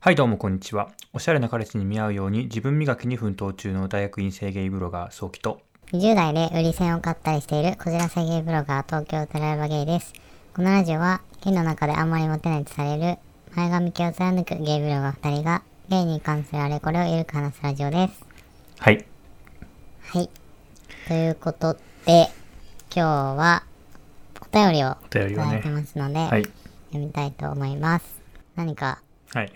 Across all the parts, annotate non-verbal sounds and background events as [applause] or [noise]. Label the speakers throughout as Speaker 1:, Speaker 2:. Speaker 1: はいどうもこんにちは。おしゃれな彼氏に見合うように自分磨きに奮闘中の大学院生ゲイブロガー、早期と。
Speaker 2: 20代で売り線を買ったりしているこじらせゲイブロガー東京テラバゲイです。このラジオはゲイの中であんまりモテないとされる前髪気を貫くゲイブロガー2人がゲイに関するあれこれをゆるく話すラジオです。
Speaker 1: はい。
Speaker 2: はい。ということで今日はお便りを
Speaker 1: お便
Speaker 2: い
Speaker 1: り
Speaker 2: た
Speaker 1: を
Speaker 2: だいて
Speaker 1: ね。
Speaker 2: ますので、
Speaker 1: はい。
Speaker 2: 読みたいと思います。何か、
Speaker 1: [laughs] はい。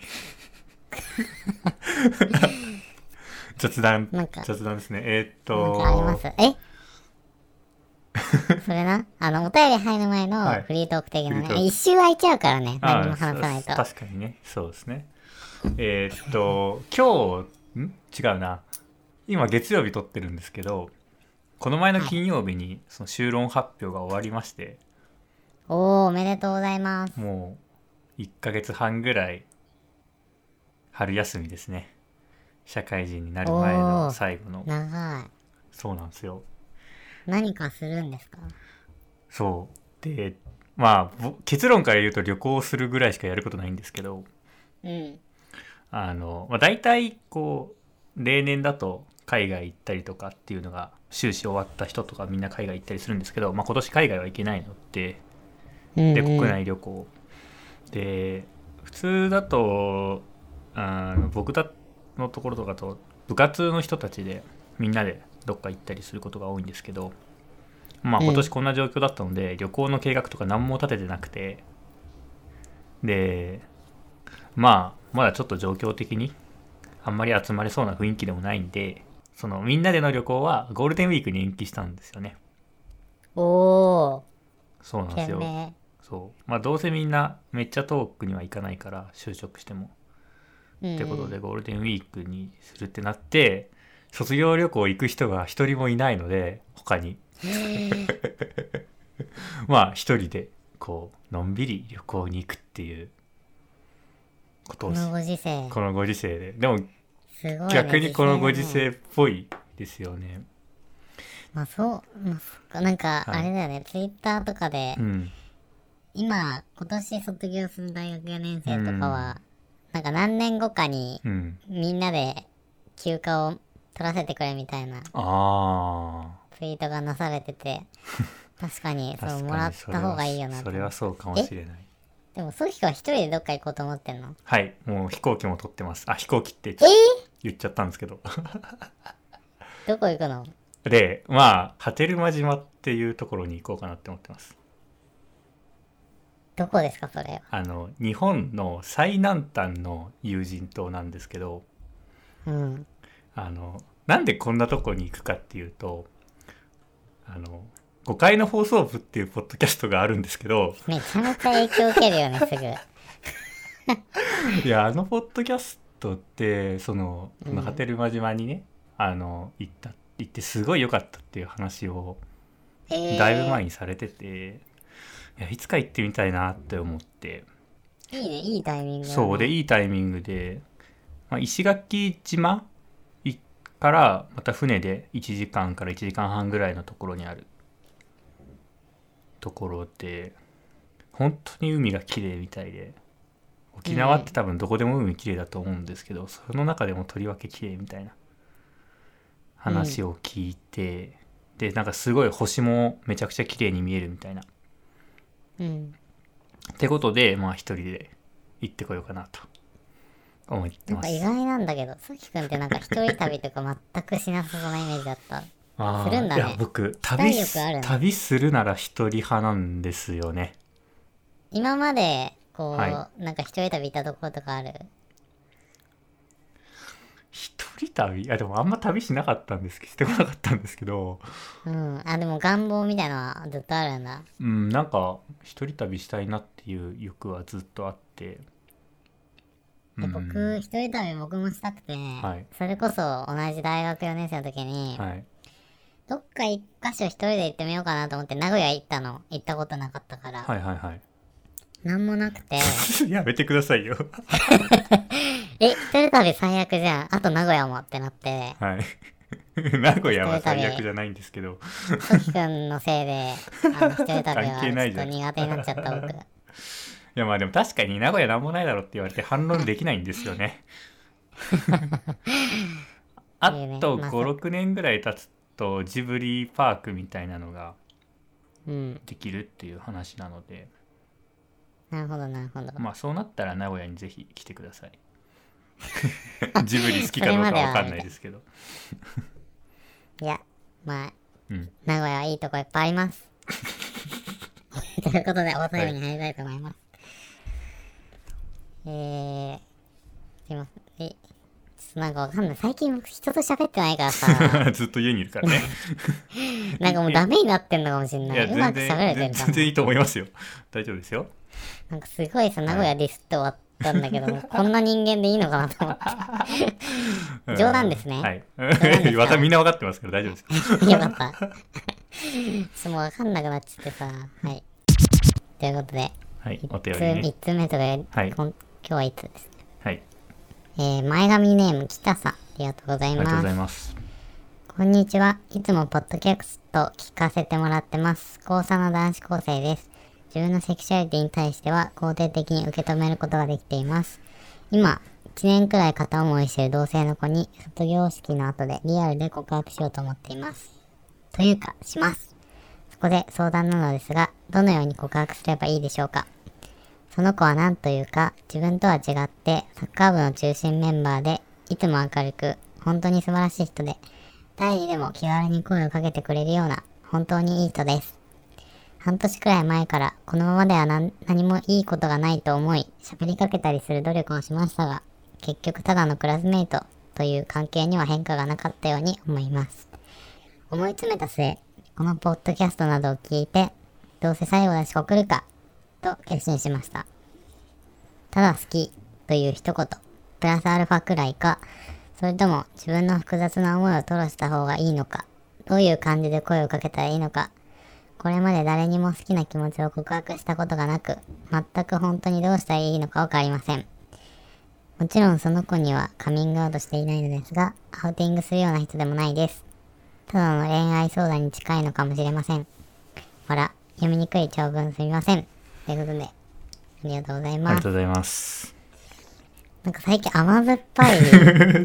Speaker 1: 雑談
Speaker 2: なんか、
Speaker 1: 雑談ですね。えーっ
Speaker 2: なんかあり
Speaker 1: と
Speaker 2: ま、すえ [laughs] それなあのお便り入る前
Speaker 1: はい
Speaker 2: のフリートーク的なね、
Speaker 1: フリートーク
Speaker 2: 一周空いちゃうからね
Speaker 1: あ
Speaker 2: 何も話さない
Speaker 1: そ
Speaker 2: と
Speaker 1: う確かにね。そうですね。えーっと、今日、ん違うな。今月曜日撮ってるんですけど、この前の金曜日にその修論発表が終わりまして、
Speaker 2: おーおめでとうございます
Speaker 1: もう1ヶ月半ぐらい春休みですね社会人になる前
Speaker 2: お
Speaker 1: の
Speaker 2: ー
Speaker 1: 最後の
Speaker 2: 長い
Speaker 1: そうなんですよ
Speaker 2: 何かするんですか
Speaker 1: そうでまあぼ結論から言うと旅行するぐらいしかやることないんですけど
Speaker 2: うん
Speaker 1: あの、まあ、大体こう例年だと海外行ったりとかっていうのが修士終わった人とかみんな海外行ったりするんですけど、まあ、今年海外は行けないのって
Speaker 2: で
Speaker 1: で国内旅行で普通だとあの僕だのところとかと部活の人たちでみんなでどっか行ったりすることが多いんですけどまあ
Speaker 2: うん
Speaker 1: 今年こんな状況だったので、旅行の計画とか何も立ててなくてでまあまだちょっと状況的にあんまり集まれそうな雰囲気でもないんでそのみんなでの旅行はゴールデンウィークに延期したんですよね
Speaker 2: おお
Speaker 1: そうなんです
Speaker 2: 懸
Speaker 1: よ
Speaker 2: 命
Speaker 1: そうまあどうせみんなめっちゃ遠くには行かないから就職しても、
Speaker 2: うん
Speaker 1: ってことでゴールデンウィークにするってなって卒業旅行行く人が一人もいないので他に
Speaker 2: へー
Speaker 1: まあ一人でこうのんびり旅行に行くっていうこと
Speaker 2: こ
Speaker 1: をし
Speaker 2: のご時世
Speaker 1: このご時世ででも
Speaker 2: すごいね、
Speaker 1: 逆にこのご時
Speaker 2: 時代だね
Speaker 1: 世っぽいですよね
Speaker 2: まあそう、まあそっか、なんか
Speaker 1: はい
Speaker 2: あれだよね、ツイッターとかで、
Speaker 1: うん
Speaker 2: 今今年卒業する大学4年生とかは、なんか何年後かに
Speaker 1: うん
Speaker 2: みんなで休暇を取らせてくれみたいな
Speaker 1: ああ
Speaker 2: ツイートがなされ
Speaker 1: [laughs]
Speaker 2: てて確かにそう
Speaker 1: 確
Speaker 2: もら
Speaker 1: か
Speaker 2: っ
Speaker 1: にそれ
Speaker 2: た
Speaker 1: は
Speaker 2: 方がいいよなと
Speaker 1: それはそうかもしれない
Speaker 2: でもソキコは一人でどっか行こうと思ってんの
Speaker 1: はい、もう飛行機も取ってます。あ、飛行機って
Speaker 2: えー
Speaker 1: 言っちゃったんですけど。
Speaker 2: どこ行くの
Speaker 1: で、まあ、波照間島っていうところに行こうかなって思ってます。
Speaker 2: どこですかそれ
Speaker 1: あの、日本の最南端の友人島なんですけど、
Speaker 2: うん
Speaker 1: あの、なんでこんなとこに行くかっていうと、あの、5階の放送部っていうポッドキャストがあるんですけ
Speaker 2: [laughs]
Speaker 1: ど、
Speaker 2: めちゃめちゃ影響受けるよね [laughs] すぐ
Speaker 1: いやあのポッドキャストってそのその
Speaker 2: うん
Speaker 1: 波照間島にね、あの行った行ってすごい良かったっていう話を
Speaker 2: えー
Speaker 1: だいぶ前にされてて、いやいつか行ってみたいなって思って、
Speaker 2: いいねいいタイミングだね
Speaker 1: そうでいいタイミングで、まあ、石垣島いからまた船で1時間から1時間半ぐらいのところにあるところで本当に海が綺麗みたいで沖縄って多分どこでも海綺麗だと思うんですけど、その中でもとりわけ綺麗みたいな話を聞いて、でなんかすごい星もめちゃくちゃ綺麗に見えるみたいな
Speaker 2: うん
Speaker 1: ってことでまあ一人で行ってこようかなと思って
Speaker 2: な
Speaker 1: ま
Speaker 2: んか
Speaker 1: す
Speaker 2: 意外なんだけどソキ君ってなんか一人旅とか全くしなさそうなイメージだった
Speaker 1: あー
Speaker 2: するんだね
Speaker 1: いや僕旅
Speaker 2: 体力あるね
Speaker 1: 旅するなら一人派なんですよね
Speaker 2: 今までこう、
Speaker 1: は
Speaker 2: なんか一人旅行ったところとかある
Speaker 1: 一人旅いやでもあんま旅しなかったんですけどしてこなかったんですけど
Speaker 2: うんあでも願望みたいなのはずっとあるんだ
Speaker 1: うんなんか一人旅したいなっていう欲はずっとあってう
Speaker 2: で
Speaker 1: ん
Speaker 2: 僕一人旅僕もしたくて、
Speaker 1: はい
Speaker 2: それこそ同じ大学4年生の時に、
Speaker 1: はい
Speaker 2: どっか一箇所一人で行ってみようかなと思って名古屋行ったの行ったことなかったから、
Speaker 1: はいはいはい [laughs]
Speaker 2: なんもなくて
Speaker 1: やめてくださいよ
Speaker 2: え一人旅最悪じゃんあと名古屋もってなって
Speaker 1: はい [laughs] 名古屋は最悪じゃないんですけど
Speaker 2: トキくんのせいであの一人旅
Speaker 1: 関係
Speaker 2: は
Speaker 1: な
Speaker 2: ちょ
Speaker 1: い
Speaker 2: っ
Speaker 1: じゃ
Speaker 2: と
Speaker 1: ん
Speaker 2: 苦手になっちゃった僕
Speaker 1: いやまあでも確かに名古屋なんもないだろって言われて反論できないんですよ
Speaker 2: [laughs]
Speaker 1: ね。あと
Speaker 2: いいねまあそう
Speaker 1: 5、6年ぐらい経つとジブリパークみたいなのが
Speaker 2: うん。
Speaker 1: できるっていう話なので、
Speaker 2: なるほど、なるほど。
Speaker 1: まあそうなったら名古屋にぜひ来てくだ
Speaker 2: [laughs]
Speaker 1: さい。ジブリ好きかどうかわかんないですけど。
Speaker 2: いや、まあ、
Speaker 1: うん。
Speaker 2: 名古屋はいいとこいっぱいあります。 [laughs] ということで、お便りに入りたいと思います。えー、すいません。え、ちょっとなんかわかんない。最近僕人と喋ってないからさ、
Speaker 1: [laughs] ずっと家にいるからね。
Speaker 2: なんかもうダメになってんのかもしん
Speaker 1: い
Speaker 2: な
Speaker 1: や
Speaker 2: い。うま
Speaker 1: 全
Speaker 2: く喋
Speaker 1: 然全
Speaker 2: れてるかな
Speaker 1: 全然いいと思います
Speaker 2: [laughs]
Speaker 1: よ。大丈夫ですよ。
Speaker 2: なんかすごいさ、名古屋ディスって終わったんだけども、こんな人間でいいのかなと
Speaker 1: [laughs]
Speaker 2: 思って。冗談ですね。
Speaker 1: はい。
Speaker 2: 談です
Speaker 1: [laughs]
Speaker 2: か
Speaker 1: またみんな分かってますから大丈夫ですよ。
Speaker 2: よかった。ちょっともうわかんなくなっちゃってさ、はい。ということで、
Speaker 1: はい。お手
Speaker 2: 1
Speaker 1: 寄
Speaker 2: 通
Speaker 1: りね
Speaker 2: 一。通目とか、
Speaker 1: はい
Speaker 2: こん今日は1通です。
Speaker 1: はい。
Speaker 2: えー前髪ネーム北さんありがとうござ
Speaker 1: あ
Speaker 2: い
Speaker 1: りがとう
Speaker 2: ま
Speaker 1: ご
Speaker 2: す
Speaker 1: ざいます。
Speaker 2: こんにちはいつもポッドキャスト聞かせてもらってます高3の男子高生です自分のセクシュアリティに対しては肯定的に受け止めることができています今1年くらい片思いしてる同性の子に卒業式の後でリアルで告白しようと思っていますというかしますそこで相談なのですがどのように告白すればいいでしょうかその子は何というか自分とは違ってサッカー部の中心メンバーでいつも明るく本当に素晴らしい人で誰にでも気軽に声をかけてくれるような本当にいい人です半年くらい前からこのままでは何何もいいことがないと思い喋りかけたりする努力をしましたが結局ただのクラスメイトという関係には変化がなかったように思います思い詰めた末このポッドキャストなどを聞いてどうせ最後だし告るかと決心しましたただ好きという一言プラスアルファくらいかそれとも自分の複雑な思いを吐露した方がいいのかどういう感じで声をかけたらいいのかこれまで誰にも好きな気持ちを告白したことがなく全く本当にどうしたらいいのか分かりませんもちろんその子にはカミングアウトしていないのですがアウティングするような人でもないですただの恋愛相談に近いのかもしれませんほら読みにくい長文すみませんということでありがとうござい
Speaker 1: あり
Speaker 2: ま
Speaker 1: が
Speaker 2: す
Speaker 1: とうございます。
Speaker 2: なんか最近甘酸っぱ い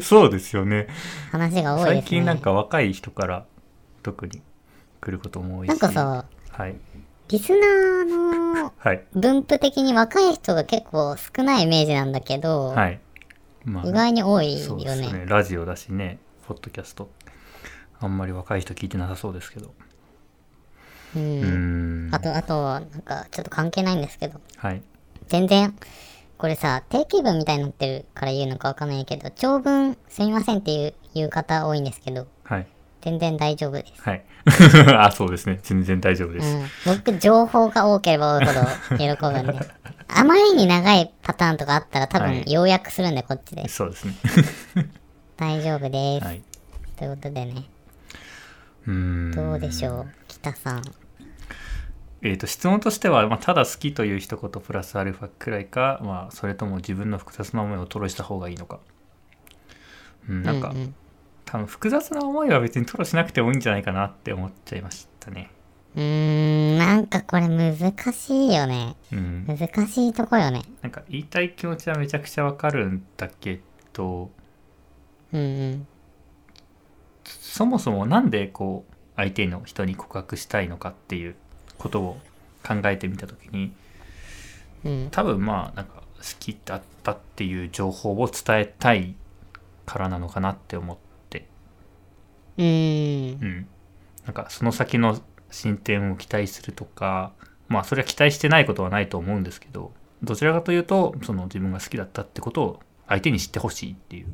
Speaker 1: [laughs] そうですよね。
Speaker 2: 話が多いですね
Speaker 1: 最近なんか若い人から特に来ることも多いし。
Speaker 2: なんかさ、
Speaker 1: はい。
Speaker 2: リスナーの
Speaker 1: はい。
Speaker 2: 分布的に若い人が結構少ないイメージなんだけど、
Speaker 1: はい。ま
Speaker 2: 意外に多い
Speaker 1: そ
Speaker 2: よ
Speaker 1: うです
Speaker 2: ね。
Speaker 1: ね。ラジオだしね、ポッドキャスト。あんまり若い人聞いてなさそうですけど。う
Speaker 2: う
Speaker 1: んーん。
Speaker 2: あと、あと、なんかちょっと関係ないんですけど、
Speaker 1: はい。
Speaker 2: 全然、これさ、定型文みたいになってるから言うのかわかんないけど、長文すみませんっていう言う方多いんですけど、
Speaker 1: はい。
Speaker 2: 全然大丈夫です。
Speaker 1: はい。 [laughs] あ、そうですね。全然大丈夫で
Speaker 2: う
Speaker 1: す。
Speaker 2: ん、僕、情報が多ければ多いほど喜ぶ
Speaker 1: [laughs]
Speaker 2: んで。あまりに長いパターンとかあったら多
Speaker 1: は
Speaker 2: 分
Speaker 1: い
Speaker 2: 要約するんで、こっちで。
Speaker 1: そうですね。
Speaker 2: 大丈夫です。
Speaker 1: はい。
Speaker 2: ということでね。
Speaker 1: うーん。
Speaker 2: どうでしょう、北さん。
Speaker 1: えー、と質問としては、まあ、ただ好きという一言プラスアルファくらいか、まあ、それとも自分の複雑な思いを吐露した方がいいのか、うん、なんか、
Speaker 2: ううん
Speaker 1: 多分複雑な思いは別に吐露しなくてもいいんじゃないかなって思っちゃいましたね、
Speaker 2: うーん、なんかこれ難しいよね。
Speaker 1: うん、
Speaker 2: 難しいとこよね。
Speaker 1: なんか言いたい気持ちはめちゃくちゃわかるんだけど
Speaker 2: うんうん。
Speaker 1: そもそもなんでこう相手の人に告白したいのかっていうことを考えてみた時に
Speaker 2: うん、
Speaker 1: 多分まあなんか好きだったっていう情報を伝えたいからなのかなって思って
Speaker 2: うーん
Speaker 1: うん、なんかその先の進展を期待するとかまあそれは期待してないことはないと思うんですけどどちらかというとその自分が好きだったってことを相手に知ってほしいっていう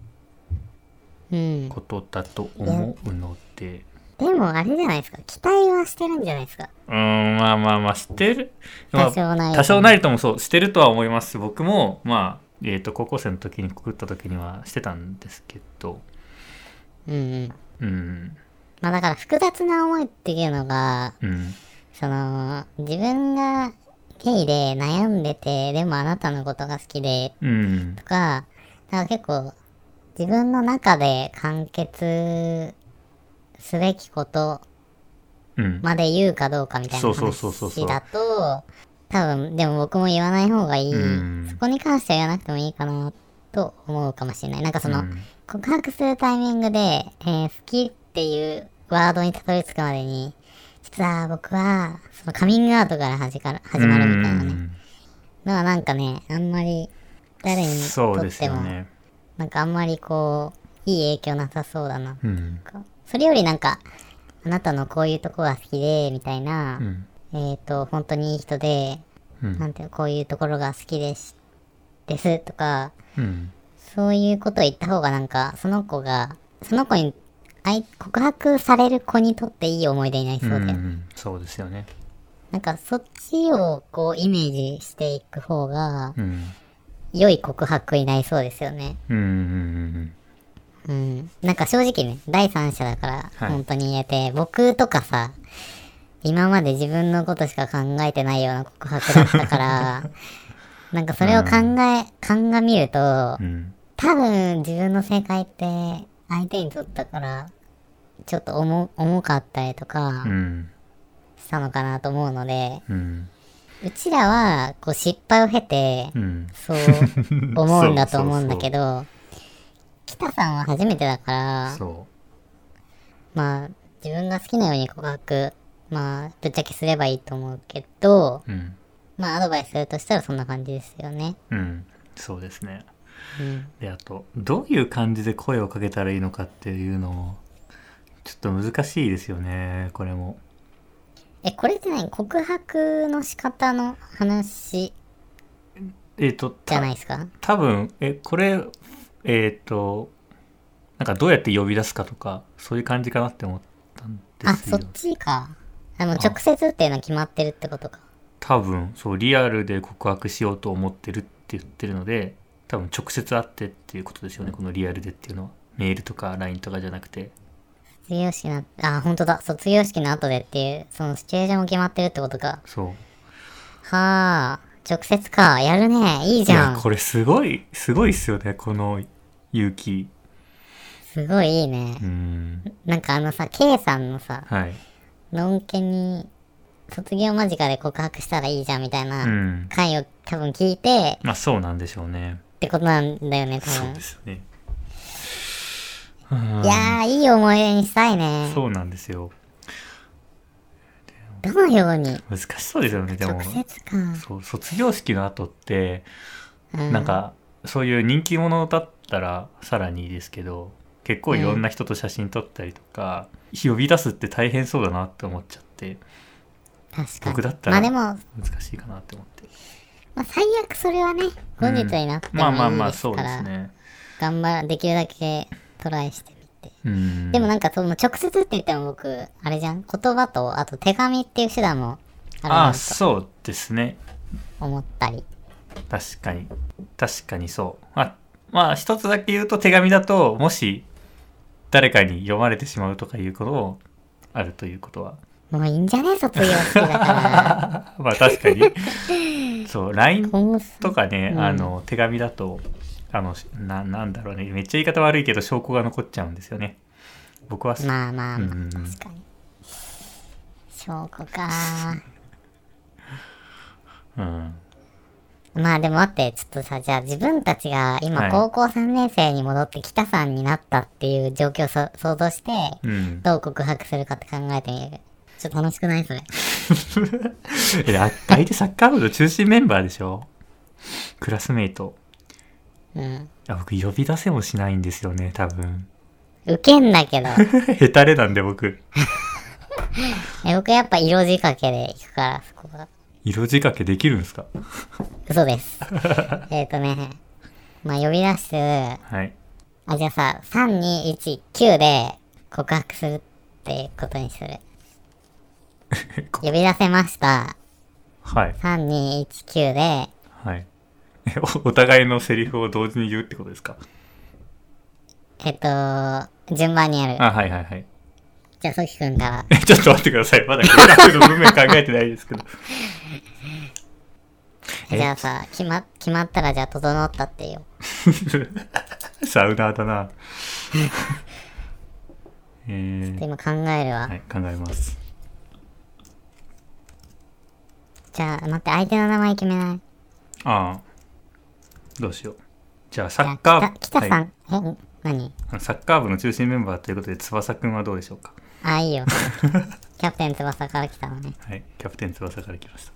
Speaker 2: うん、
Speaker 1: ことだと思うので
Speaker 2: でもあれじゃないですか期待はしてるんじゃないですか
Speaker 1: うーんまあまあまあしてる、ま
Speaker 2: 多
Speaker 1: あ、
Speaker 2: 少ない、
Speaker 1: 多少な
Speaker 2: り
Speaker 1: りともそうしてるとは思いますし僕もまあ、えー、と高校生の時に告った時にはしてたんですけど
Speaker 2: うんうん
Speaker 1: うん
Speaker 2: まあだから複雑な思いっていうのが
Speaker 1: うん
Speaker 2: その自分がゲイで悩んでてでもあなたのことが好きで
Speaker 1: うん
Speaker 2: とか、なんか結構自分の中で完結すべきこと
Speaker 1: うん
Speaker 2: まで言うかどうかみたいな
Speaker 1: そうそうそうそうそ
Speaker 2: 話
Speaker 1: う
Speaker 2: だと、多分、でも僕も言わない方がいい。
Speaker 1: うん
Speaker 2: そこに関しては言わなくてもいいかなと思うかもしれない。なんかその、
Speaker 1: うん
Speaker 2: 告白するタイミングで、えー好きっていうワードにたどり着くまでに、実は僕は、そのカミングアウトから始から始まるみたいな
Speaker 1: う
Speaker 2: ね。
Speaker 1: ん
Speaker 2: のはなんかね、あんまり誰にと
Speaker 1: そうで
Speaker 2: っ
Speaker 1: す
Speaker 2: て
Speaker 1: よ
Speaker 2: も、
Speaker 1: ね。
Speaker 2: なんかあんまりこう、いい影響なさそうだな。
Speaker 1: うん。
Speaker 2: それよりなんか、あなたのこういうとこが好きで、みたいな、
Speaker 1: うん。
Speaker 2: えっ、と、本当にいい人で、
Speaker 1: うん
Speaker 2: なんていうのこういうところが好きです、ですとか、
Speaker 1: うん。
Speaker 2: そういうことを言った方がなんか、その子が、その子に、あい告白される子にとっていい思い出になりそう
Speaker 1: う
Speaker 2: だよね。
Speaker 1: ん。そうですよね。
Speaker 2: なんか、そっちをこう、イメージしていく方が、
Speaker 1: うん。
Speaker 2: 良い告白になりそうですよね。
Speaker 1: うん。うん
Speaker 2: うん。なんか正直ね、第三者だから、
Speaker 1: はい
Speaker 2: 本当に言えて、僕とかさ、今まで自分のことしか考えてないような告白だっ
Speaker 1: [laughs]
Speaker 2: たから、なんかそれを考え、鑑みると
Speaker 1: うん。う、ん。
Speaker 2: 多分自分の正解って相手にとったからちょっと重重かったりとか
Speaker 1: うん。
Speaker 2: したのかなと思うので、
Speaker 1: うん。
Speaker 2: うちらはこう失敗を経て
Speaker 1: うん。
Speaker 2: そう思うんだと思うんだ [laughs] けど北さんは初めてだから
Speaker 1: そ
Speaker 2: まあ自分が好きなように告白まあぶっちゃけすればいいと思うけど
Speaker 1: う。うん。
Speaker 2: まあアドバイスするとしたらそんな感じですよね。
Speaker 1: うん。そうですね。
Speaker 2: うん、
Speaker 1: であとどういう感じで声をかけたらいいのかっていうのもちょっと難しいですよねこれも
Speaker 2: えこれって何告白の仕方の話
Speaker 1: えっ、と
Speaker 2: じゃ
Speaker 1: た
Speaker 2: ないですか
Speaker 1: 多分えこれえっ、となんかどうやって呼び出すかとかそういう感じかなって思ったんで
Speaker 2: あ
Speaker 1: すよ
Speaker 2: そっちかあの直接っていうのは決まってるってことか
Speaker 1: 多分そうリアルで告白しようと思ってるって言ってるので多分直接会ってっていうことですよねこのリアルでっていうのはメールとか LINE とかじゃなくて
Speaker 2: 卒業式なあ本当だ卒業式の後でっていうそのシチュエーションも決まってるってことか
Speaker 1: そう
Speaker 2: はあ直接かやるねいいじゃ
Speaker 1: いや
Speaker 2: ん
Speaker 1: これすごいすごいっすよねこの勇気
Speaker 2: すごいいいね
Speaker 1: うん
Speaker 2: なんかあのさ K さんのさ
Speaker 1: はい。
Speaker 2: のんけに卒業間近で告白したらいいじゃんみたいうなん回を多分聞いて
Speaker 1: まあそうなんでしょうね。
Speaker 2: ってことなんだよね多
Speaker 1: そう
Speaker 2: 分
Speaker 1: ですよね。
Speaker 2: いやーいい思い出にしたいね
Speaker 1: そうなんですよ。
Speaker 2: どのように
Speaker 1: 難しそうですよね、でも
Speaker 2: 直。接か
Speaker 1: そう、卒業式の後って、
Speaker 2: うん
Speaker 1: なんか、そういう人気者だったらさらにいいですけど、結構いろんな人と写真撮ったりとか、呼び出すって大変そうだなって思っちゃって、
Speaker 2: 確かに
Speaker 1: 僕だったら
Speaker 2: まあでも
Speaker 1: 難しいかなって思って。
Speaker 2: まあ、最悪それはね後日になっても
Speaker 1: まあまあ
Speaker 2: いい
Speaker 1: まあ、
Speaker 2: です
Speaker 1: そ
Speaker 2: か
Speaker 1: うです
Speaker 2: ら
Speaker 1: ね。
Speaker 2: 頑張るできるだけトライしてみて、
Speaker 1: うん。
Speaker 2: でもなんかその直接って言っても僕あれじゃん言葉とあと手紙っていう手段もある
Speaker 1: あ
Speaker 2: な
Speaker 1: あ、
Speaker 2: と
Speaker 1: そうですね。
Speaker 2: 思ったり
Speaker 1: 確かに確かにそうまあまあ一つだけ言うと手紙だともし誰かに読まれてしまうとかいうことをあるということは
Speaker 2: もういいんじゃね卒業式だから
Speaker 1: [laughs] まあ確かに
Speaker 2: [laughs]
Speaker 1: そう LINE
Speaker 2: 今後
Speaker 1: とかね、
Speaker 2: うん
Speaker 1: あの手紙だとあのななんだろうねめっちゃ言い方悪いけど証拠が残っちゃうんですよね僕はそ
Speaker 2: まあまあまあ、
Speaker 1: うん
Speaker 2: 確かに証拠か
Speaker 1: うん
Speaker 2: まあでも待ってちょっとさじゃあ自分たちが
Speaker 1: は
Speaker 2: 今
Speaker 1: い
Speaker 2: 高校3年生に戻って北さんになったっていう状況をそ想像して
Speaker 1: うん
Speaker 2: どう告白するかって考えてみる。ちょっと楽しくないそれ。
Speaker 1: えあ相手サッカー部の中心メンバーでしょクラスメイト
Speaker 2: うん。
Speaker 1: あ僕呼び出せもしないんですよね多分 [laughs]
Speaker 2: ウケんだけど。
Speaker 1: へたれなんで僕
Speaker 2: え僕やっぱ色仕掛けで行くから、そこが。
Speaker 1: 色仕掛けできるんですか
Speaker 2: 嘘です。えっとね、まあ呼び出す、あ、
Speaker 1: はい
Speaker 2: じゃあさ、3、2、1、9で告白するっていうことにする。呼び出せました。
Speaker 1: はい
Speaker 2: 3、2、1、9で、
Speaker 1: はい [laughs] えおお互いのセリフを同時に言うってことですか
Speaker 2: えっ、と、順番にやる。
Speaker 1: あはいはいはい
Speaker 2: じゃあ、ソキくんから。
Speaker 1: [laughs] えちょっと待ってくださいまだこれの文面考えてないですけどえ
Speaker 2: [laughs] じゃあさ、決ま、決まったらじゃあ、整ったってよ。
Speaker 1: [laughs] サウナーだなえー
Speaker 2: 今考えるわ。
Speaker 1: はい考えます
Speaker 2: じゃあ、待って、相手の名前決めない。
Speaker 1: ああどうしようじゃあサ
Speaker 2: じ
Speaker 1: ッ
Speaker 2: ゃ
Speaker 1: カ
Speaker 2: あ、
Speaker 1: ー
Speaker 2: 北北さ
Speaker 1: は
Speaker 2: ん、
Speaker 1: い
Speaker 2: え、何
Speaker 1: あのサッカー部の中心メンバーということで翼くんはどうでしょうか [laughs]
Speaker 2: あ、いいよ。キャプテン翼から来たのね。
Speaker 1: はいキャプテン翼から来ました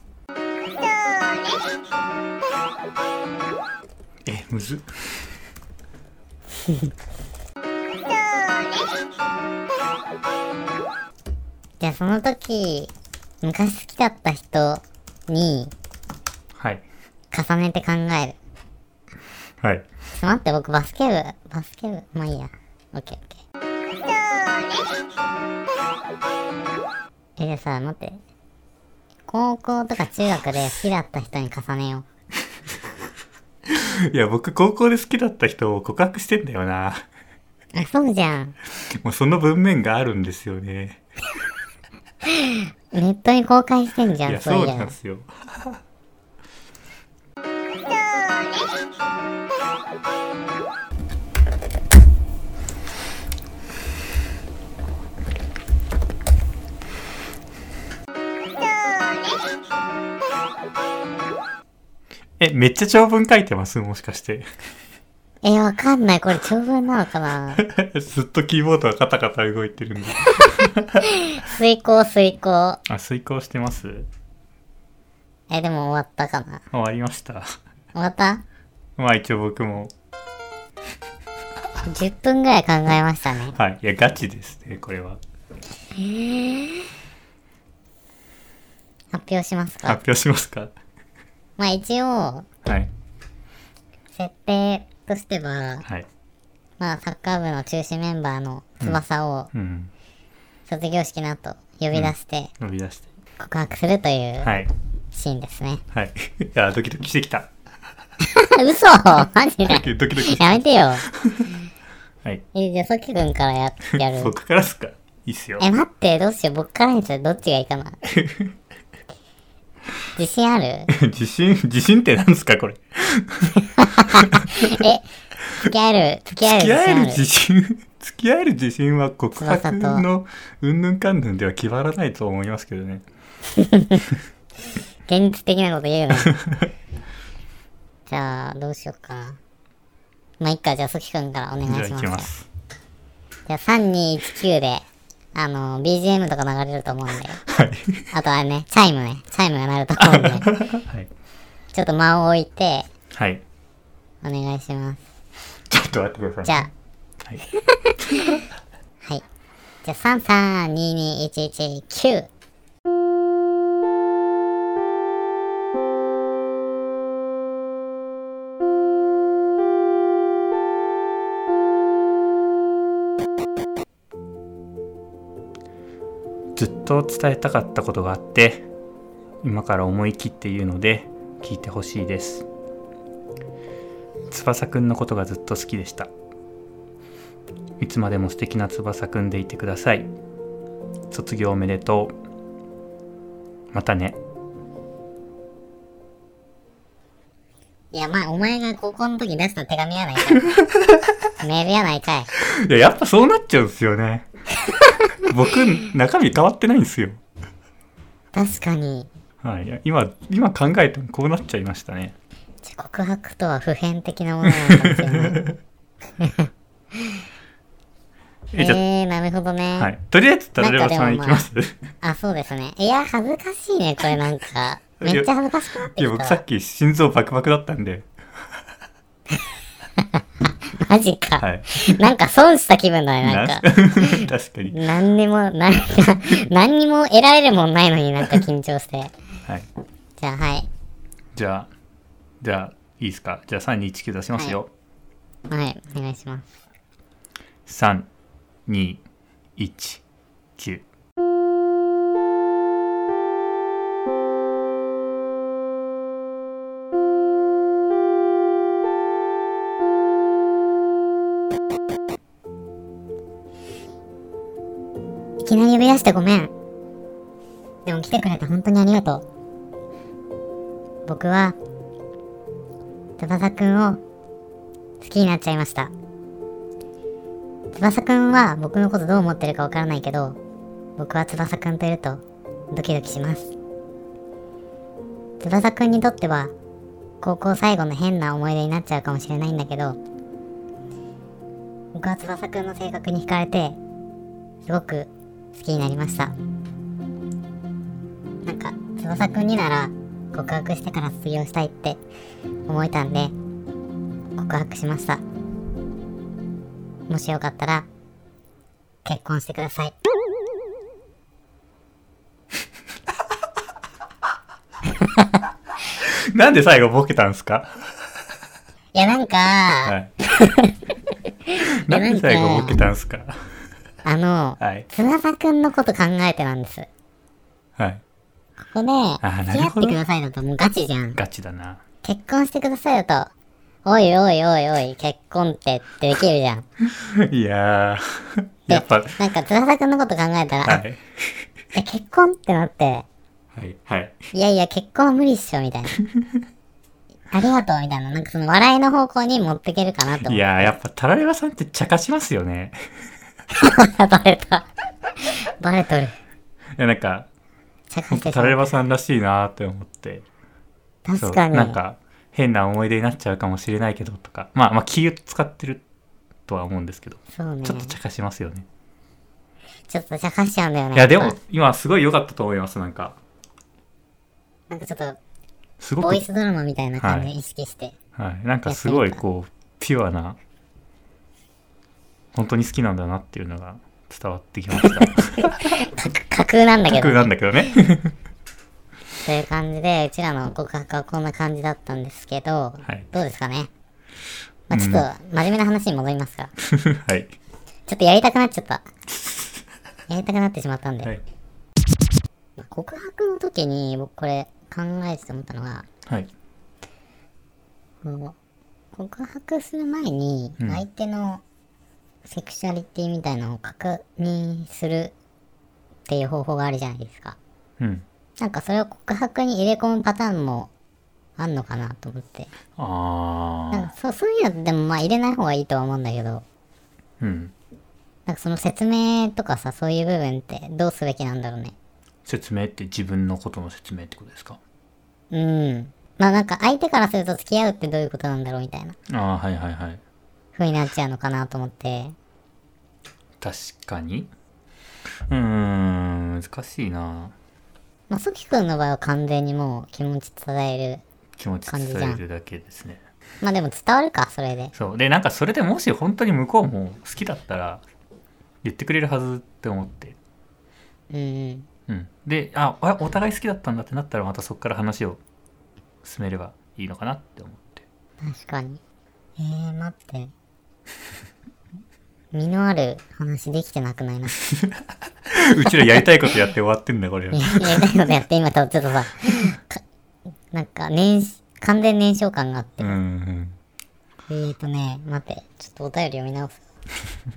Speaker 1: えむずっ
Speaker 2: じゃあ、その時、昔好きだった人に
Speaker 1: はい
Speaker 2: 重ねて考える。
Speaker 1: はい
Speaker 2: ちょっと待って、僕バスケ部、バスケ部、まあいいや。オッケーオッケー。え、じゃあさ、待って。高校とか中学で好きだった人に重ねよう。
Speaker 1: いや僕高校で好きだった人を告白してんだよな [laughs]
Speaker 2: あ、そうじゃん。
Speaker 1: もうその文面があるんですよね
Speaker 2: ネットに公開してんじ
Speaker 1: い
Speaker 2: ゃ
Speaker 1: や
Speaker 2: ん、そうい
Speaker 1: そうう
Speaker 2: の
Speaker 1: なんですよ [laughs] えめっちゃ長文書いてますもしかして [laughs]
Speaker 2: え、わかんない。これ長文なのかな
Speaker 1: ずっとキーボードがカタカタ動いてるんで
Speaker 2: 遂行、遂行。
Speaker 1: あ遂行してます
Speaker 2: え、でも終わったかな
Speaker 1: 終わりました [laughs]
Speaker 2: 終わった
Speaker 1: まあ一応僕も
Speaker 2: ?10 分ぐらい考えましたね。
Speaker 1: はいいやガチですねこれは
Speaker 2: 発表します
Speaker 1: 発
Speaker 2: か。
Speaker 1: 表しますか
Speaker 2: まあ一応、
Speaker 1: はい
Speaker 2: 設定としては、
Speaker 1: はい
Speaker 2: まあサッカー部の中心メンバーの翼を
Speaker 1: うん
Speaker 2: 卒業式の後呼び出して
Speaker 1: 伸び出して
Speaker 2: 告白するという
Speaker 1: はい
Speaker 2: シーンですね。
Speaker 1: はいいやドキドキしてきた
Speaker 2: 嘘マジ
Speaker 1: ド
Speaker 2: で
Speaker 1: キドキしてきた
Speaker 2: やめてよ。
Speaker 1: はい
Speaker 2: え、じゃあ、ソキ君からややる。
Speaker 1: 僕からっすかいいっすよ
Speaker 2: え、待って、どうしよう。僕からにしたらどっちがいいかな。自信ある
Speaker 1: [laughs] 自信自信ってなんですかこれ
Speaker 2: え、付き合える、付き合え
Speaker 1: 付き合える
Speaker 2: る
Speaker 1: 自
Speaker 2: 自信
Speaker 1: 信付き合える自信は告白
Speaker 2: 翼と
Speaker 1: のうんぬんかんぬんでは決まらないと思いますけどね
Speaker 2: ある。現実的なこと言うな。じゃあ、どうしようかな。まあ、いっか、じゃあ、ソキ君からお願い
Speaker 1: じゃあ行
Speaker 2: します
Speaker 1: き
Speaker 2: よ。
Speaker 1: ます
Speaker 2: じゃあ、3219で、あの、BGM とか流れると思うんで。
Speaker 1: はい
Speaker 2: あとあれね、チャイムね。チャイムが鳴ると思うんで。
Speaker 1: はい、
Speaker 2: ちょっと間を置いて、
Speaker 1: はい、
Speaker 2: お願いします。
Speaker 1: ちょっと待ってください
Speaker 2: じゃあ。
Speaker 1: はい
Speaker 2: はい。じゃあ、3322119。
Speaker 1: ずっと伝えたかったことがあって今から思い切って言うので聞いてほしいです翼くんのことがずっと好きでしたいつまでも素敵な翼くんでいてください卒業おめでとうまたね
Speaker 2: いや、まあ、お前が高校の時出した手紙やないかい。メールやないかい。
Speaker 1: いややっぱそうなっちゃうんですよね [laughs] 僕中身変わってないんですよ
Speaker 2: 確かに、
Speaker 1: はいいや今今考えてもこうなっちゃいましたね
Speaker 2: じゃあ告白とは普遍的なものなのかもしれ
Speaker 1: [laughs]
Speaker 2: ない。え
Speaker 1: えじゃ
Speaker 2: ー、なるほどね。
Speaker 1: あ、はい、とりあえず誰ばさんいきます
Speaker 2: あ、そうですね。いや、恥ずかしいね、これなんか。めっちゃ恥ずかしくなっ
Speaker 1: い
Speaker 2: て
Speaker 1: や
Speaker 2: き
Speaker 1: 僕さ
Speaker 2: た。
Speaker 1: っき心臓バクバクだったんで
Speaker 2: マジか。
Speaker 1: はい
Speaker 2: なんか損した気分だね、なん
Speaker 1: な [laughs]
Speaker 2: か
Speaker 1: ん。す確かに
Speaker 2: なんにも、なんか、何にも得られるもんないのになんか緊張して。
Speaker 1: はい
Speaker 2: じゃあ、はい。
Speaker 1: じゃあじゃあいいですかじゃあ329出しますよ、
Speaker 2: はい、お願いします。
Speaker 1: 3219
Speaker 2: いきなり呼び出してごめん。でも来てくれて本当にありがとう。僕は、翼くんを好きになっちゃいました。翼くんは僕のことどう思ってるかわからないけど、僕は翼くんといるとドキドキします。翼くんにとっては高校最後の変な思い出になっちゃうかもしれないんだけど僕は翼くんの性格に惹かれてすごく好きになりましたなんか翼くんになら告白してから卒業したいって思えたんで告白しましたもしよかったら結婚してください
Speaker 1: なんで最後ボケたんですか
Speaker 2: いやなんか、 [laughs]
Speaker 1: はい。なんで最後ボケたんですか
Speaker 2: あの、
Speaker 1: はい。
Speaker 2: 翼くんのこと考えてなんです
Speaker 1: はい。
Speaker 2: ここで
Speaker 1: ーな
Speaker 2: 付き合
Speaker 1: る
Speaker 2: っ
Speaker 1: ほ
Speaker 2: て
Speaker 1: ど
Speaker 2: くださいだともうガチじゃん
Speaker 1: ガチだな。
Speaker 2: 結婚してくださいだとおいおいおいおい結婚ってってできるじゃん
Speaker 1: いやー。やっぱ、
Speaker 2: なんか翼くんのこと考えたら、
Speaker 1: はい。
Speaker 2: え結婚ってなって
Speaker 1: はい。はい。
Speaker 2: いやいや結婚は無理っしょみたいなありがとうみたいななんかその笑いの方向に持ってけるかなと
Speaker 1: い
Speaker 2: 思って
Speaker 1: やー、やっぱ、タラレバさんって茶化しますよね。
Speaker 2: バレたバレとる
Speaker 1: いや、なんか、
Speaker 2: 茶化
Speaker 1: ほん
Speaker 2: し
Speaker 1: と
Speaker 2: てし
Speaker 1: タ
Speaker 2: ま
Speaker 1: ラ
Speaker 2: う
Speaker 1: レバさんらしいなーって思って。
Speaker 2: 確かに
Speaker 1: そうなんか、変な思い出になっちゃうかもしれないけどとか。まあ、まあ、気を使ってるとは思うんですけど、
Speaker 2: そうね
Speaker 1: ちょっと茶化しますよね。
Speaker 2: ちょっと茶化しちゃうんだよね
Speaker 1: いや、で
Speaker 2: っ
Speaker 1: も
Speaker 2: ぱ、
Speaker 1: 今すごい良かったと思います、なんか。
Speaker 2: なんかちょっと
Speaker 1: すごく
Speaker 2: ボイスドラマみたいな感じで意識して、
Speaker 1: はい、なんかすごいこうピュアな本当に好きなんだなっていうのが伝わってきました
Speaker 2: か架空なんだけ
Speaker 1: 架
Speaker 2: ど
Speaker 1: 空なんだけどね
Speaker 2: [laughs] という感じでうちらの告白はこんな感じだったんですけど、
Speaker 1: はい
Speaker 2: どうですかね、まあ、ちょっと真面目な話に戻りますが、
Speaker 1: はい、
Speaker 2: ちょっとやりたくなっちゃったやりたくなってしまったんで、
Speaker 1: はい
Speaker 2: 告白の時に僕これ考えてて思ったのが
Speaker 1: はい、
Speaker 2: この告白する前に
Speaker 1: うん
Speaker 2: 相手のセクシャリティみたいなのを確認するっていう方法があるじゃないですか
Speaker 1: うん
Speaker 2: なんかそれを告白に入れ込むパターンもあんのかなと思ってなん
Speaker 1: あ
Speaker 2: かそうそういうのでもまあ入れない方がいいとは思うんだけど
Speaker 1: ーうん
Speaker 2: なんかその説明とかさそういう部分ってどうすべきなんだろうね
Speaker 1: 説明って自分のことの説明ってことですか
Speaker 2: うんまあなんか相手からすると付き合うってどういうことなんだろうみたいな
Speaker 1: ああはいはいはい
Speaker 2: 風になっちゃうのかなと思って
Speaker 1: 確かにうーん難しいな
Speaker 2: まあソキ君の場合は完全にもう気持ち伝える
Speaker 1: 気持ち
Speaker 2: 感じじゃん
Speaker 1: 伝えるだけですね
Speaker 2: まあでも伝わるかそれで
Speaker 1: そうでなんかそれでもし本当に向こうも好きだったら言ってくれるはずって思って
Speaker 2: うんうん
Speaker 1: うん、でああお互い好きだったんだってなったらまたそこから話を進めればいいのかなって思って [laughs]
Speaker 2: 確かにえー、待って [laughs] 身のある話できてなくないな
Speaker 1: うちらやりたいことやって終わってんだ [laughs] これ
Speaker 2: やりた [laughs] いことやって今とちょっとさかなんか年始完全燃焼感があって
Speaker 1: うん、うん、
Speaker 2: えーとね、待って、ちょっとお便り読み直す。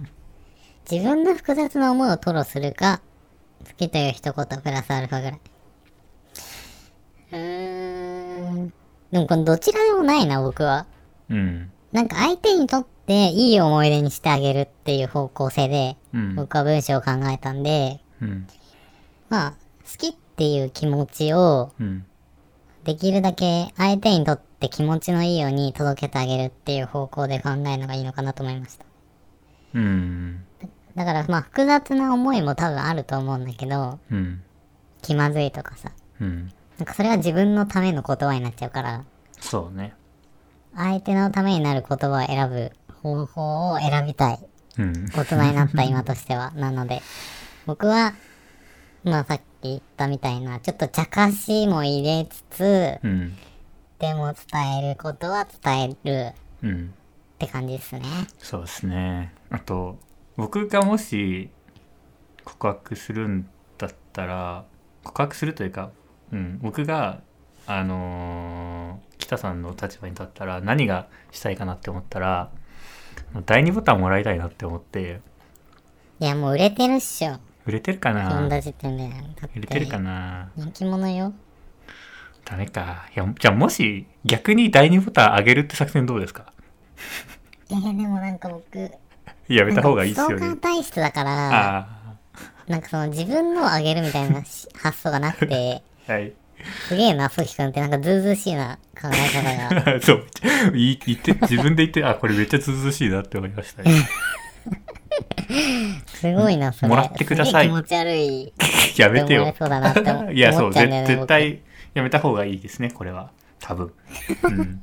Speaker 2: [laughs] 自分の複雑な思いを吐露するか、好きという一言プラスアルファぐらい。うーん。でもこのどちらでもないな、僕は。
Speaker 1: うん
Speaker 2: なんか相手にとっていい思い出にしてあげるっていう方向性で、
Speaker 1: うん
Speaker 2: 僕は文章を考えたんで、
Speaker 1: うん
Speaker 2: まあ、好きっていう気持ちを、
Speaker 1: うん
Speaker 2: できるだけ相手にとって気持ちのいいように届けてあげるっていう方向で考えるのがいいのかなと思いました。
Speaker 1: うん
Speaker 2: だからまあ複雑な思いも多分あると思うんだけど
Speaker 1: うん
Speaker 2: 気まずいとかさ
Speaker 1: うん
Speaker 2: なんかそれは自分のための言葉になっちゃうから
Speaker 1: そうね
Speaker 2: 相手のためになる言葉を選ぶ方法を選びたい
Speaker 1: うん
Speaker 2: 大人になった今としては [laughs] なので僕はまあさっき言ったみたいなちょっと茶化しも入れつつ
Speaker 1: うん
Speaker 2: でも伝えることは伝える
Speaker 1: うん
Speaker 2: って感じですね
Speaker 1: そうですねあと僕がもし告白するんだったら告白するというか、うん、僕があのー北さんの立場に立ったら何がしたいかなって思ったら第2ボタンもらいたいなって思って
Speaker 2: いやもう売れてるっしょ
Speaker 1: 売れてるか
Speaker 2: 読ん
Speaker 1: な
Speaker 2: だ時点でだ
Speaker 1: 売れ
Speaker 2: って
Speaker 1: るか
Speaker 2: て
Speaker 1: な
Speaker 2: 人気者よ
Speaker 1: ダメかいやじゃあもし逆に第2ボタン上げるって作戦どうですか
Speaker 2: いやでもなんか僕
Speaker 1: やめた方がいいっすよ
Speaker 2: なん
Speaker 1: ね
Speaker 2: かストーカー体質だから、
Speaker 1: あ [laughs]
Speaker 2: なんかその自分のをあげるみたいなし発想がなくて、
Speaker 1: あはい
Speaker 2: すげえな、ソキ君ってなんかずうずうしいな考え方
Speaker 1: [laughs]
Speaker 2: が。
Speaker 1: そう言い言って自分で言ってあこれめっちゃずうずうしいなって思いましたね
Speaker 2: [laughs] すごいな、それ。
Speaker 1: もらってください
Speaker 2: すげえ気持ち悪い。
Speaker 1: やめてよ
Speaker 2: そうだなって思っちゃうんだよね
Speaker 1: [laughs] いやそうぜ
Speaker 2: 僕
Speaker 1: 絶対やめた方がいいですねこれは多分、うん、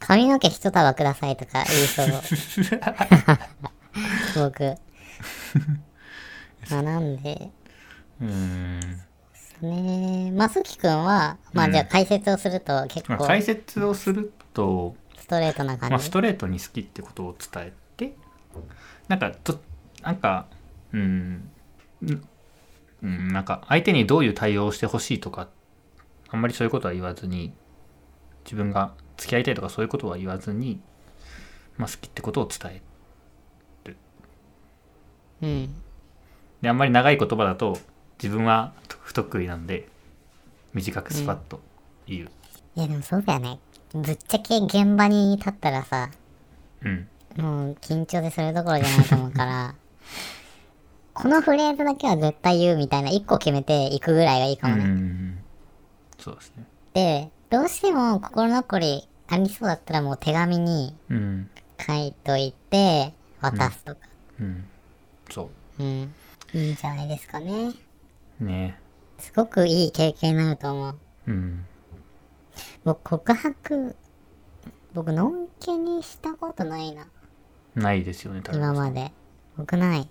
Speaker 2: 髪の毛一束くださいとか言
Speaker 1: [laughs]
Speaker 2: いそう。僕。まあなんで、
Speaker 1: うん
Speaker 2: ねまあ、すきくんは、ま
Speaker 1: う
Speaker 2: あ
Speaker 1: ん
Speaker 2: じゃあ解説をすると結
Speaker 1: まあ
Speaker 2: 構
Speaker 1: 解説をすると、
Speaker 2: ストレートな感じ。
Speaker 1: まあ、ストレートに好きってことを伝えてなんかとなんかうんうんうんなんか相手にどういう対応をしてほしいとかあんまりそういうことは言わずに自分が付き合いたいとかそういうことは言わずに、まあ、好きってことを伝える
Speaker 2: うん。
Speaker 1: であんまり長い言葉だと自分は不得意なんで短くスパッと言う、
Speaker 2: いやでもそうだよね。ぶっちゃけ現場に立ったらさ、
Speaker 1: うん、
Speaker 2: もう緊張でそれどころじゃないと思うから、 [laughs] このフレーズだけは絶対言うみたいな一個決めていくぐらいがいいか
Speaker 1: う
Speaker 2: もね。
Speaker 1: んそうですね
Speaker 2: で、どうしても心残りありそうだったらもう手紙に
Speaker 1: うん
Speaker 2: 書いといて渡すとか。
Speaker 1: うんそ
Speaker 2: うん。いいんじゃないですかね。
Speaker 1: うね
Speaker 2: すごくいい経験になると思う。
Speaker 1: うん
Speaker 2: 僕告白、僕のんけにしたことないな。
Speaker 1: ないですよね多分
Speaker 2: 今まで。僕ない。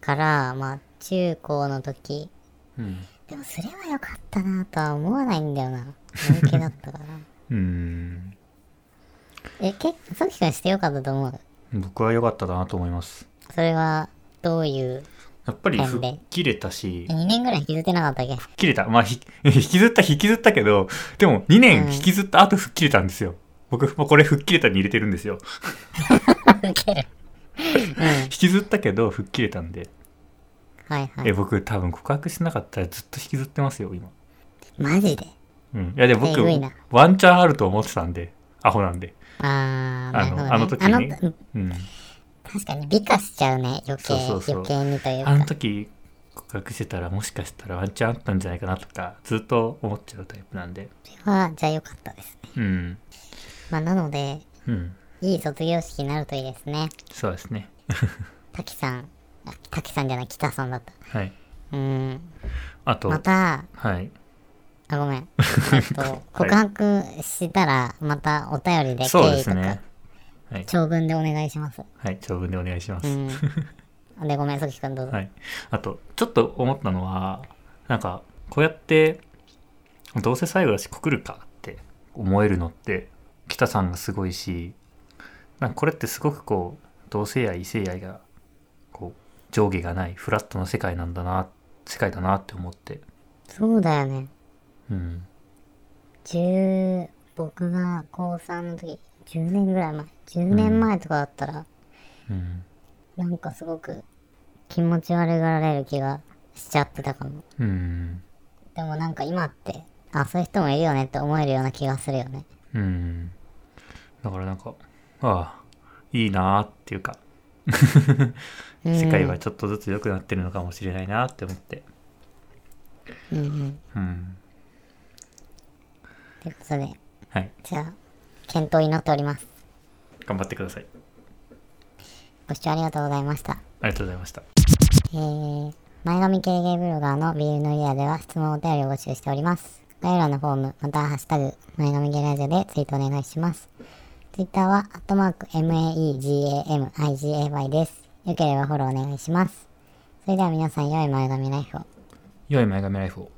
Speaker 2: から、まあ中高の時。
Speaker 1: うん
Speaker 2: でもすればよかったなとは思わないんだよな。のんけだっ
Speaker 1: [laughs]
Speaker 2: たから。
Speaker 1: うーん
Speaker 2: え、結構、さきくんしてよかったと思う。
Speaker 1: 僕は良かったなと思います
Speaker 2: それは、どういう。
Speaker 1: やっぱり
Speaker 2: なん
Speaker 1: 吹
Speaker 2: で
Speaker 1: っ切れたし
Speaker 2: え、2年ぐらい引きずってなかったっけ
Speaker 1: 吹っ切れたまあひ [laughs] 引きずった引きずったけどでも2
Speaker 2: う
Speaker 1: 年
Speaker 2: ん
Speaker 1: 引きずった後吹っ切れたんですよ僕もこれ吹っ切れたに入れてるん
Speaker 2: [laughs]
Speaker 1: ですよ
Speaker 2: 受ける。
Speaker 1: 引きずったけど吹っ切れたんで
Speaker 2: はいは
Speaker 1: え
Speaker 2: い。
Speaker 1: 僕多分告白しなかったらずっと引きずってますよ今
Speaker 2: マジで
Speaker 1: うんいやでも
Speaker 2: え
Speaker 1: 僕
Speaker 2: ぐいな
Speaker 1: ワンチャンあると思ってたんでアホなんで
Speaker 2: あー、
Speaker 1: あ
Speaker 2: なるほ
Speaker 1: の
Speaker 2: ど、ね。
Speaker 1: あの時にね
Speaker 2: あの
Speaker 1: うん
Speaker 2: 確かに美化しちゃうね。余計、
Speaker 1: そうそうそう
Speaker 2: 余計にという
Speaker 1: あの
Speaker 2: か。
Speaker 1: 時告白してたらもしかしたらワンチャンあったんじゃないかなとかずっと思っちゃうタイプなんで
Speaker 2: それは、じゃあよかったですね。
Speaker 1: うん
Speaker 2: まあ、なので、
Speaker 1: うん
Speaker 2: いい卒業式になるといいですね。
Speaker 1: そうですね
Speaker 2: 滝さん、あ滝さんじゃない、北さんだった。
Speaker 1: はい。
Speaker 2: うーん。
Speaker 1: あと、
Speaker 2: また、
Speaker 1: はい。
Speaker 2: あ、ご
Speaker 1: [laughs]
Speaker 2: めん。えっと、告白したら、またお便りで
Speaker 1: そう
Speaker 2: 経
Speaker 1: で
Speaker 2: 緯
Speaker 1: す
Speaker 2: とか
Speaker 1: ね、。はい。
Speaker 2: 長文でお願いします。
Speaker 1: はい。長文でお願いします。 [laughs]
Speaker 2: うん。で、ごめん、そきくんどうぞ。
Speaker 1: はい。あと、ちょっと思ったのは、なんか、こうやって、どうせ最後だし、告るかって思えるのって、北さんがすごいし、なんかこれってすごくこう、同性愛、異性愛が、こう、上下がない、フラットな世界なんだな、世界だなって思って。
Speaker 2: そうだよね。
Speaker 1: うん。
Speaker 2: 10僕が高3の時10年ぐらい前10年前とかだったら、
Speaker 1: うん。
Speaker 2: なんかすごく気持ち悪がられる気がしちゃってたかも
Speaker 1: うん。
Speaker 2: でもなんか今ってあそういう人もいるよねって思えるような気がするよね
Speaker 1: うん。だからなんか、ああ、いいなーっていうか、
Speaker 2: うん
Speaker 1: 世界はちょっとずつ良くなってるのかもしれないなって思って。
Speaker 2: うんうん
Speaker 1: うん。
Speaker 2: ということで
Speaker 1: はい。
Speaker 2: じゃあ検討になっております
Speaker 1: 頑張ってください。
Speaker 2: ご視聴ありがとうございました
Speaker 1: ありがとうございました。
Speaker 2: えー前髪系ゲイブロガーのビールのリアでは質問お便りを募集しております。概要欄のフォーム、またはハッシュタグ、前髪ゲイラジオでツイートお願いします。ツイッターは、アットマーク、maegamigamy です。よければフォローお願いします。それでは皆さん、良い前髪ライフを。
Speaker 1: 良い前髪ライフを。